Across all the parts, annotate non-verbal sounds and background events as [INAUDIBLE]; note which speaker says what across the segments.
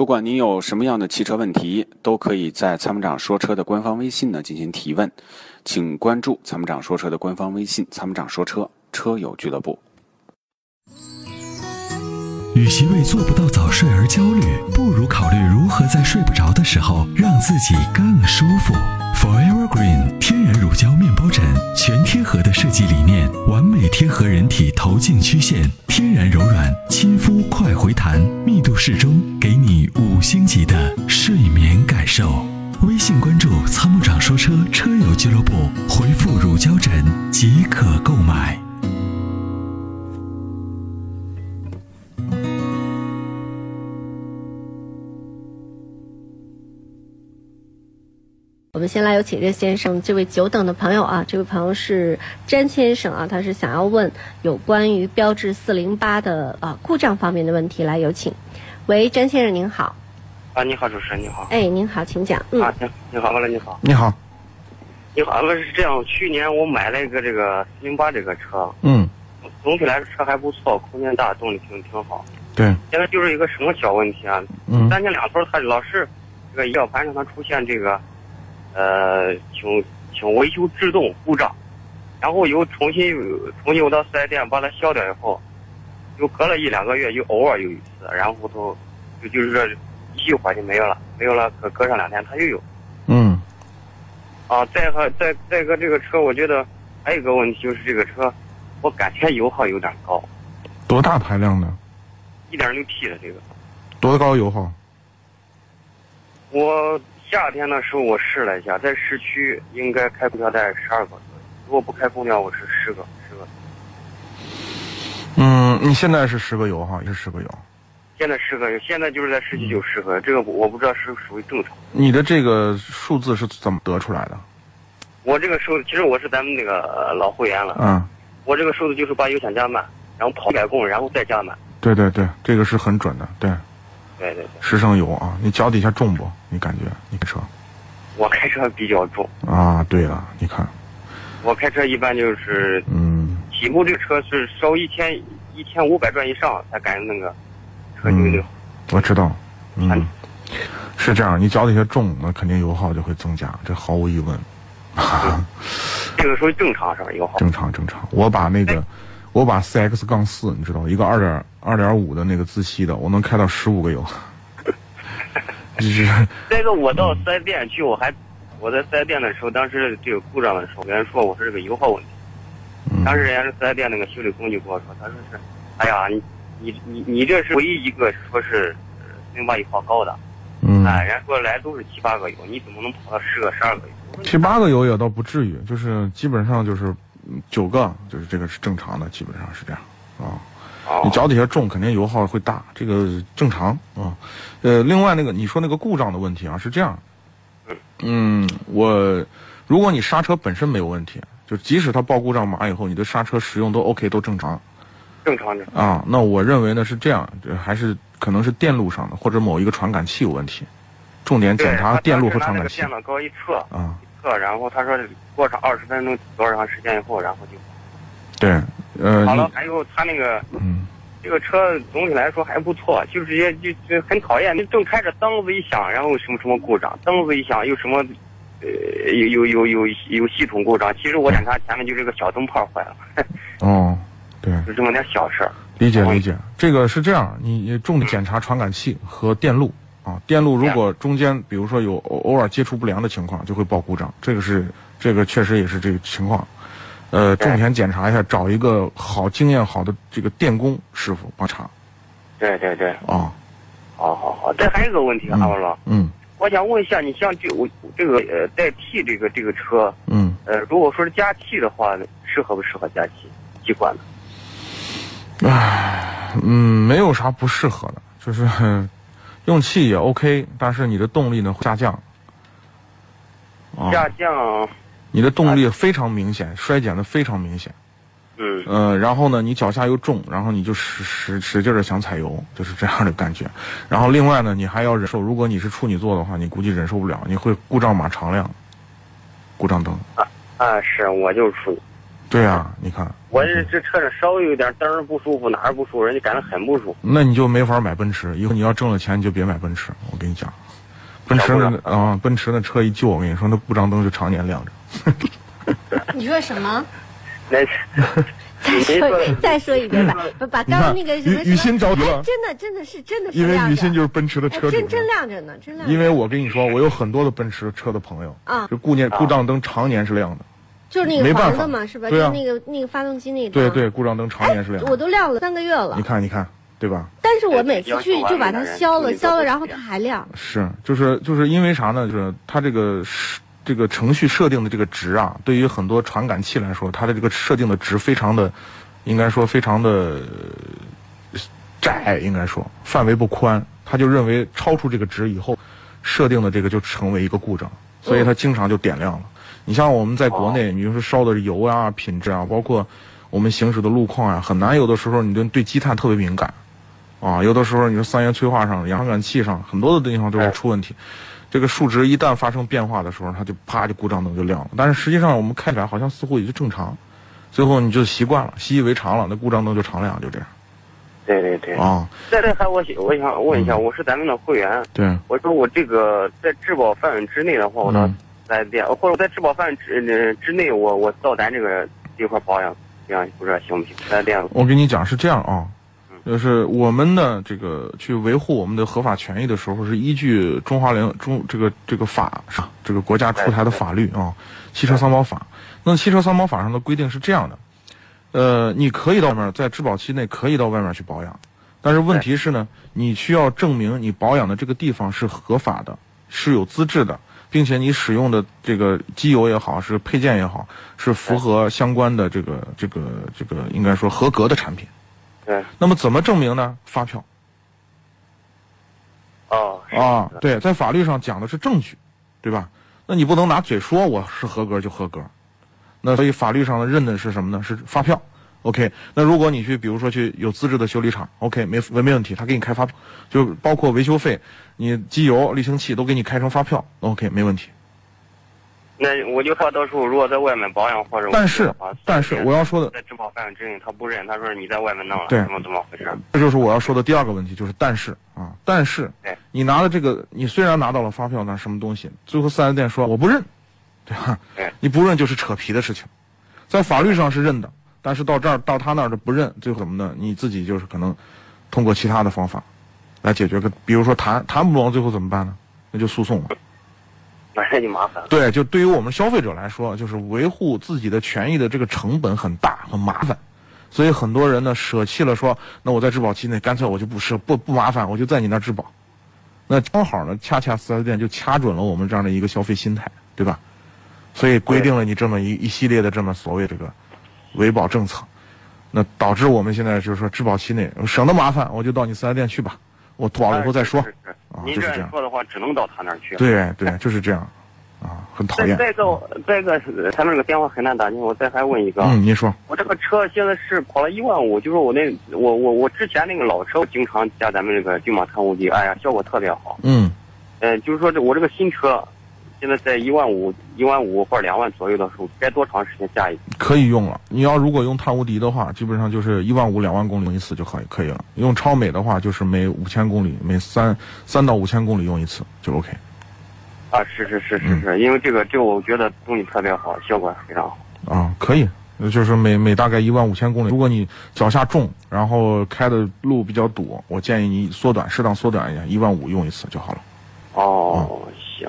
Speaker 1: 不管您有什么样的汽车问题，都可以在参谋长说车的官方微信呢进行提问，请关注参谋长说车的官方微信“参谋长说车车友俱乐部
Speaker 2: 与其为做不到早睡而焦虑，不如考虑如何在睡不着的时候让自己更舒服。Forever Green 天然乳胶面包枕，全贴合的设计理念，完美贴合人体头颈曲线，天然柔软，亲肤快回弹，密度适中，给你五星级的睡眠感受。微信关注“参谋长说车”车友俱乐部，回复“乳胶枕”即可购买。”。
Speaker 3: 我们先来有请任先生这位久等的朋友啊，这位朋友是詹先生啊，他是想要问有关于标致四零八的啊故障方面的问题，来有请。喂，詹先生您好，
Speaker 4: 啊，你好，主持人，你好。
Speaker 3: 哎，您好，请讲。嗯，
Speaker 4: 啊，行，你好，完了，你好，
Speaker 5: 你好，
Speaker 4: 你好，完了是这样，去年我买了一个这个四零八这个车，
Speaker 5: 嗯，
Speaker 4: 总体来说车还不错，空间大，动力挺挺好。
Speaker 5: 对，
Speaker 4: 现在就是一个什么小问题啊？
Speaker 5: 嗯
Speaker 4: 三天两头它老是这个仪表盘上它出现这个，呃，请请维修制动故障，然后又重新又重新我到四 S 店把它消掉以后，又隔了一两个月又偶尔有一次，然后都就就是这一会儿就没有了，没有了，隔隔上两天它又有。
Speaker 5: 嗯
Speaker 4: 啊，再和再再一个这个车，我觉得还有一个问题就是这个车，我感觉油耗有点高，
Speaker 5: 多大排量的？
Speaker 4: 一点六 T 的这个。
Speaker 5: 多高油耗？
Speaker 4: 我夏天的时候我试了一下，在市区应该开空调在十二个左右，如果不开空调我是十个十个，
Speaker 5: 嗯，你现在是十个油哈，是十个油。
Speaker 4: 现在十个，现在就是在市区就十个，这个我不知道是不是属于正常。
Speaker 5: 你的这个数字是怎么得出来的？
Speaker 4: 我这个时候其实我是咱们那个呃老会员了，
Speaker 5: 啊，
Speaker 4: 我这个数字就是把油箱加满，然后跑改供，然后再加满。
Speaker 5: 对对对，这个是很准的，对，
Speaker 4: 对对对，
Speaker 5: 十升油啊，你脚底下重不？你感觉你开车
Speaker 4: 我开车比较重，
Speaker 5: 啊？对了，你看，
Speaker 4: 我开车一般就是
Speaker 5: 嗯
Speaker 4: 起步这个车是烧一千一千五百转以上才敢那个车就就
Speaker 5: 嗯我知道，嗯
Speaker 4: 哎，
Speaker 5: 是这样，你脚底下重，那肯定油耗就会增加，这毫无疑问，
Speaker 4: 这个属于正常是吧？油耗
Speaker 5: 正常正常。我把那个，我把 CX 杠四，你知道，一个二点二点五的那个自吸的，我能开到十五个油， [LAUGHS] 就是
Speaker 4: 再一个，我到四 S 店去，我还我在四 S 店的时候，当时这个故障的时候，跟人说我是这个油耗问题。
Speaker 5: 嗯
Speaker 4: 当时人家是四 S 店那个修理工就跟我说，他说是，哎呀，你你你你这是唯一一个说是呃零八油耗高的，
Speaker 5: 嗯，
Speaker 4: 哎，人家说来都是七八个油，你怎么能跑到十个、十二个油？我说
Speaker 5: 七八个油也倒不至于，就是基本上就是嗯九个，就是这个是正常的，基本上是这样啊。
Speaker 4: 哦
Speaker 5: 你脚底下重，肯定油耗会大，这个正常啊。呃，另外那个你说那个故障的问题啊，是这样，嗯，我如果你刹车本身没有问题，就即使它报故障码以后，你的刹车使用都 OK 都正常
Speaker 4: 正常的，
Speaker 5: 啊，那我认为呢是这样，这还是可能是电路上的或者某一个传感器有问题，重点
Speaker 4: 对
Speaker 5: 检查
Speaker 4: 他
Speaker 5: 电路
Speaker 4: 当时拿
Speaker 5: 和传
Speaker 4: 那
Speaker 5: 感
Speaker 4: 个
Speaker 5: 器
Speaker 4: 电脑膏一测
Speaker 5: 啊。
Speaker 4: 一测，然后他说过上二十分钟多少长时间以后，然后就
Speaker 5: 对，呃，
Speaker 4: 好
Speaker 5: 你
Speaker 4: 了。还有他那个
Speaker 5: 嗯，
Speaker 4: 这个车总体来说还不错，就是也就就很讨厌，你正开着，灯子一响，然后什么什么故障，灯子一响又什么，呃，有有有有有系统故障。其实我检查前面就是个小灯泡坏了，
Speaker 5: 哦，对，
Speaker 4: 就这么点小事儿。
Speaker 5: 理解
Speaker 4: 然后
Speaker 5: 理解。这个是这样，你你重点检查传感器和电路啊。电路如果中间比如说有偶偶尔接触不良的情况，就会报故障，这个是这个确实也是这个情况。呃，重点检查一下，找一个好经验好的这个电工师傅帮查
Speaker 4: 对对对，
Speaker 5: 啊。
Speaker 4: 好好好。这还有一个问题啊，
Speaker 5: 嗯
Speaker 4: 阿文老师，
Speaker 5: 嗯
Speaker 4: 我想问一下，你像这我这个呃代替这个这个车，
Speaker 5: 嗯，
Speaker 4: 呃，如果说是加气的话，适合不适合加气？机管的？
Speaker 5: 嗯，没有啥不适合的，就是 [LAUGHS] 哼用气也 OK，但是你的动力呢会下降。啊，
Speaker 4: 下降，
Speaker 5: 你的动力非常明显，衰减的非常明显。
Speaker 4: 嗯，
Speaker 5: 呃，然后呢，你脚下又重，然后你就使使使劲的想踩油，就是这样的感觉。然后另外呢，你还要忍受，如果你是处女座的话，你估计忍受不了，你会故障码常亮，故障灯。
Speaker 4: 啊，是，我就是处女，
Speaker 5: 对啊，你看，
Speaker 4: 我这这车上稍微有点灯儿不舒服，哪儿不舒服，人家感觉很不舒服。
Speaker 5: 那你就没法买奔驰。以后你要挣了钱，你就别买奔驰。我跟你讲，奔驰
Speaker 4: 小
Speaker 5: 那
Speaker 4: 故
Speaker 5: 啊、奔驰那车一旧，我跟你说，那故障灯就常年亮着。
Speaker 3: 你说什么？
Speaker 4: 那
Speaker 3: [LAUGHS] 再
Speaker 4: 你没
Speaker 3: 说
Speaker 4: 说
Speaker 3: 再说一遍吧，把把
Speaker 5: 你
Speaker 3: 刚刚
Speaker 5: 看，
Speaker 3: 那个什么
Speaker 5: 雨雨欣着急
Speaker 3: 哎
Speaker 5: 了，
Speaker 3: 真的真的是真的是
Speaker 5: 因为
Speaker 3: 亮
Speaker 5: 雨
Speaker 3: 着
Speaker 5: 欣就是奔驰的
Speaker 3: 哎
Speaker 5: 车主。
Speaker 3: 真真亮着呢，真亮着。
Speaker 5: 因为我跟你说，我有很多的奔驰车的朋友，
Speaker 3: 啊
Speaker 5: 就故念故障灯常年是亮的。
Speaker 3: 就是那
Speaker 5: 没
Speaker 3: 个
Speaker 5: 办
Speaker 3: 黄的
Speaker 5: 法
Speaker 3: 嘛，是吧？就
Speaker 5: 对
Speaker 3: 是
Speaker 5: 啊
Speaker 3: 那个那个发动机那个。
Speaker 5: 对。对，故障灯常
Speaker 3: 哎
Speaker 5: 年是亮，
Speaker 3: 我
Speaker 5: 的。
Speaker 3: 都亮了三个月了
Speaker 5: 你，看，你看，对吧？
Speaker 3: 但是我每次去就把它消了，
Speaker 4: 要求完美的人
Speaker 3: 消了，然后它还亮。
Speaker 5: 是，就是就是因为啥呢？就是它这个是这个程序设定的这个值啊，对于很多传感器来说，它的这个设定的值非常的，应该说非常的呃窄，应该说范围不宽，它就认为超出这个值以后，设定的这个就成为一个故障，所以它经常就点亮了。你像我们在国内，你就是烧的油啊、品质啊，包括我们行驶的路况啊，很难有的时候你就对积碳特别敏感。啊，有的时候你说三元催化上、氧感器上，很多的地方都是出问题。这个数值一旦发生变化的时候，它就啪就故障灯就亮了。但是实际上我们开起来好像似乎也就正常，最后你就习惯了，习以为常了，那故障灯就常亮，就这样
Speaker 4: 对对对。
Speaker 5: 啊。
Speaker 4: 在这还我想我想问一
Speaker 5: 嗯
Speaker 4: 下，我是咱们的会员，
Speaker 5: 对，
Speaker 4: 我说我这个在质保范围之内的话，我到
Speaker 5: 嗯
Speaker 4: 四 S 店，或者我在质保范围之呃之内，我我到咱这个这块保养，这样不知道行不行？四 S 店
Speaker 5: 我跟你讲是这样啊，就是我们呢这个去维护我们的合法权益的时候，是依据中华联中这个这个法是吧这个国家出台的法律啊，汽车三包法。那汽车三包法上的规定是这样的，呃，你可以到外面在质保期内可以到外面去保养，但是问题是呢，你需要证明你保养的这个地方是合法的，是有资质的。并且你使用的这个机油也好，是配件也好，是符合相关的这个这个这个应该说合格的产品。
Speaker 4: 对
Speaker 5: 那么怎么证明呢？发票
Speaker 4: 哦是
Speaker 5: 啊
Speaker 4: 是，
Speaker 5: 对，在法律上讲的是证据，对吧？那你不能拿嘴说我是合格就合格，那所以法律上的认的是什么呢？是发票。OK，那如果你去，比如说去有资质的修理厂，OK，没没没问题，他给你开发票，就包括维修费，你机油、滤清器都给你开成发票，OK，没问题。
Speaker 4: 那我就怕到时候如果在外面保养或者我
Speaker 5: 但是
Speaker 4: 的话，
Speaker 5: 但是我要说的，
Speaker 4: 在质保范围之内，他不认，他说你在外面弄了，
Speaker 5: 对
Speaker 4: 怎么怎么回事？
Speaker 5: 这就是我要说的第二个问题，就是但是啊，但是
Speaker 4: 对
Speaker 5: 你拿了这个，你虽然拿到了发票，那什么东西，最后四 S 店说我不认，对吧
Speaker 4: 对？
Speaker 5: 你不认就是扯皮的事情，在法律上是认的，但是到这儿到他那儿就不认，最后怎么呢？你自己就是可能通过其他的方法来解决个，比如说谈谈不拢，最后怎么办呢？那就诉讼了。
Speaker 4: 那这就麻烦了。
Speaker 5: 对，就对于我们消费者来说，就是维护自己的权益的这个成本很大，很麻烦。所以很多人呢，舍弃了说，那我在质保期内，干脆我就不是不不麻烦，我就在你那儿质保。那刚好呢，恰恰四 S 店就掐准了我们这样的一个消费心态，对吧？所以规定了你这么一一系列的这么所谓这个维保政策，那导致我们现在就是说质保期内省得麻烦，我就到你四 S 店去吧，我保了以后再说
Speaker 4: 是。是
Speaker 5: 啊
Speaker 4: 您
Speaker 5: 就是
Speaker 4: 这
Speaker 5: 这
Speaker 4: 样
Speaker 5: 样
Speaker 4: 说的话，只能到他那儿去。，
Speaker 5: 对对，就是这样，啊，很讨
Speaker 4: 再
Speaker 5: 厌。
Speaker 4: 再一个我，再一个，呃他们这个电话很难打进，去，我再还问一个啊，
Speaker 5: 嗯，您说。
Speaker 4: 我这个车现在是跑了一万五，就是我那我我我之前那个老车，我经常加咱们这个骏马特务机，哎呀，效果特别好。
Speaker 5: 嗯
Speaker 4: 嗯、就是说这我这个新车，现在在一万五、一万五或者两万左右的时候，该多长时间加一次？，
Speaker 5: 可以用了。你要如果用碳无敌的话，基本上就是一万五、两万公里用一次就可以可以了。用超美的话，就是每五千公里，每三三到五千公里用一次就 OK。
Speaker 4: 啊，是是是是
Speaker 5: 嗯
Speaker 4: 是，因为这个这个我觉得东西特别好，效果非常好。
Speaker 5: 啊，可以，就是每每大概一万五千公里。如果你脚下重，然后开的路比较堵，我建议你缩短，适当缩短一下，一万五用一次就好了。
Speaker 4: 哦，行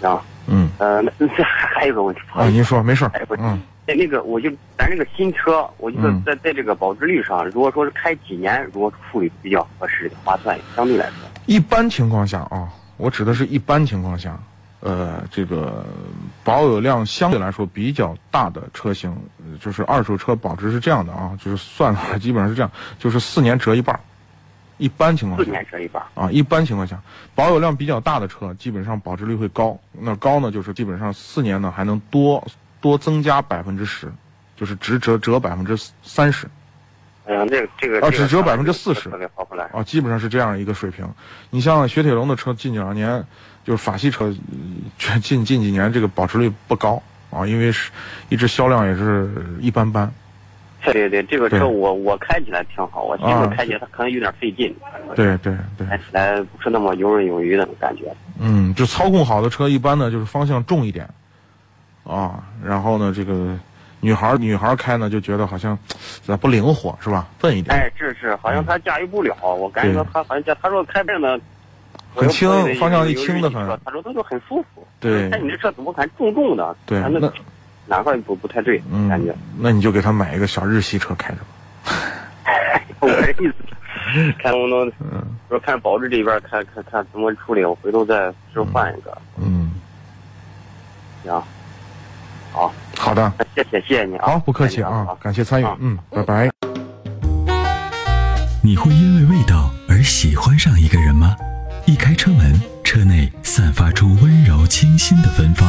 Speaker 4: 行行，
Speaker 5: 嗯，
Speaker 4: 呃，那那还还有个问题，不好
Speaker 5: 啊，
Speaker 4: 意思
Speaker 5: 您说没事儿
Speaker 4: 哎不。
Speaker 5: 嗯，
Speaker 4: 那那个，我就咱这个新车，我就
Speaker 5: 嗯
Speaker 4: 在在这个保值率上，如果说是开几年，如果处理比较合适、划算，相对来说，
Speaker 5: 一般情况下啊，我指的是一般情况下，呃，这个保有量相对来说比较大的车型，呃就是二手车保值是这样的啊，就是算法基本上是这样，就是四年折一半儿。一般情况
Speaker 4: 四
Speaker 5: 下
Speaker 4: 年折一半。
Speaker 5: 啊，一般情况下，保有量比较大的车，基本上保值率会高。那高呢，就是基本上四年呢还能多多增加百分之十，就是只折折百分之三十。
Speaker 4: 嗯，这个这个
Speaker 5: 啊
Speaker 4: 这个
Speaker 5: 只折
Speaker 4: 车
Speaker 5: 40%
Speaker 4: 特别划不来。
Speaker 5: 啊，基本上是这样一个水平。你像雪铁龙的车，近两年就是法系车，呃近近几年这个保值率不高啊、啊，因为是一直销量也是一般般。
Speaker 4: 对对对，这个
Speaker 5: 对
Speaker 4: 车我我开起来挺好，我媳妇
Speaker 5: 啊
Speaker 4: 儿开起来她可能有点费劲，
Speaker 5: 对对对，
Speaker 4: 开起来不是那么游刃有余的感觉。
Speaker 5: 嗯，就操控好的车，一般呢就是方向重一点，啊，然后呢，这个女孩儿女孩儿开呢就觉得好像咋不灵活是吧？笨一点，
Speaker 4: 哎，这是好像她驾驭不了，我感觉
Speaker 5: 对
Speaker 4: 到她好像驾，她说开这呢，我
Speaker 5: 很
Speaker 4: 又
Speaker 5: 轻
Speaker 4: 不会
Speaker 5: 方向
Speaker 4: 有
Speaker 5: 一
Speaker 4: 有
Speaker 5: 轻得
Speaker 4: 有
Speaker 5: 很
Speaker 4: 车她说她就很舒服。
Speaker 5: 对
Speaker 4: 看你这车怎么还重重的？
Speaker 5: 对
Speaker 4: 啊
Speaker 5: 那
Speaker 4: 那哪块不不太对，
Speaker 5: 嗯
Speaker 4: 感觉。，
Speaker 5: 那你就给她买一个小日系车开着吧。
Speaker 4: 我的意思，
Speaker 5: [LAUGHS]
Speaker 4: 看能不能
Speaker 5: 嗯
Speaker 4: 说看保值这边看看看怎么处理，我回头再是换一个。
Speaker 5: 嗯，
Speaker 4: 行，好，
Speaker 5: 好的，
Speaker 4: 那谢谢谢谢你啊，
Speaker 5: 好，不客气
Speaker 4: 谢谢你
Speaker 5: 啊，感谢参与
Speaker 4: 啊，
Speaker 5: 嗯，拜拜。
Speaker 2: 你会因为味道而喜欢上一个人吗？一开车门，车内散发出温柔清新的芬芳。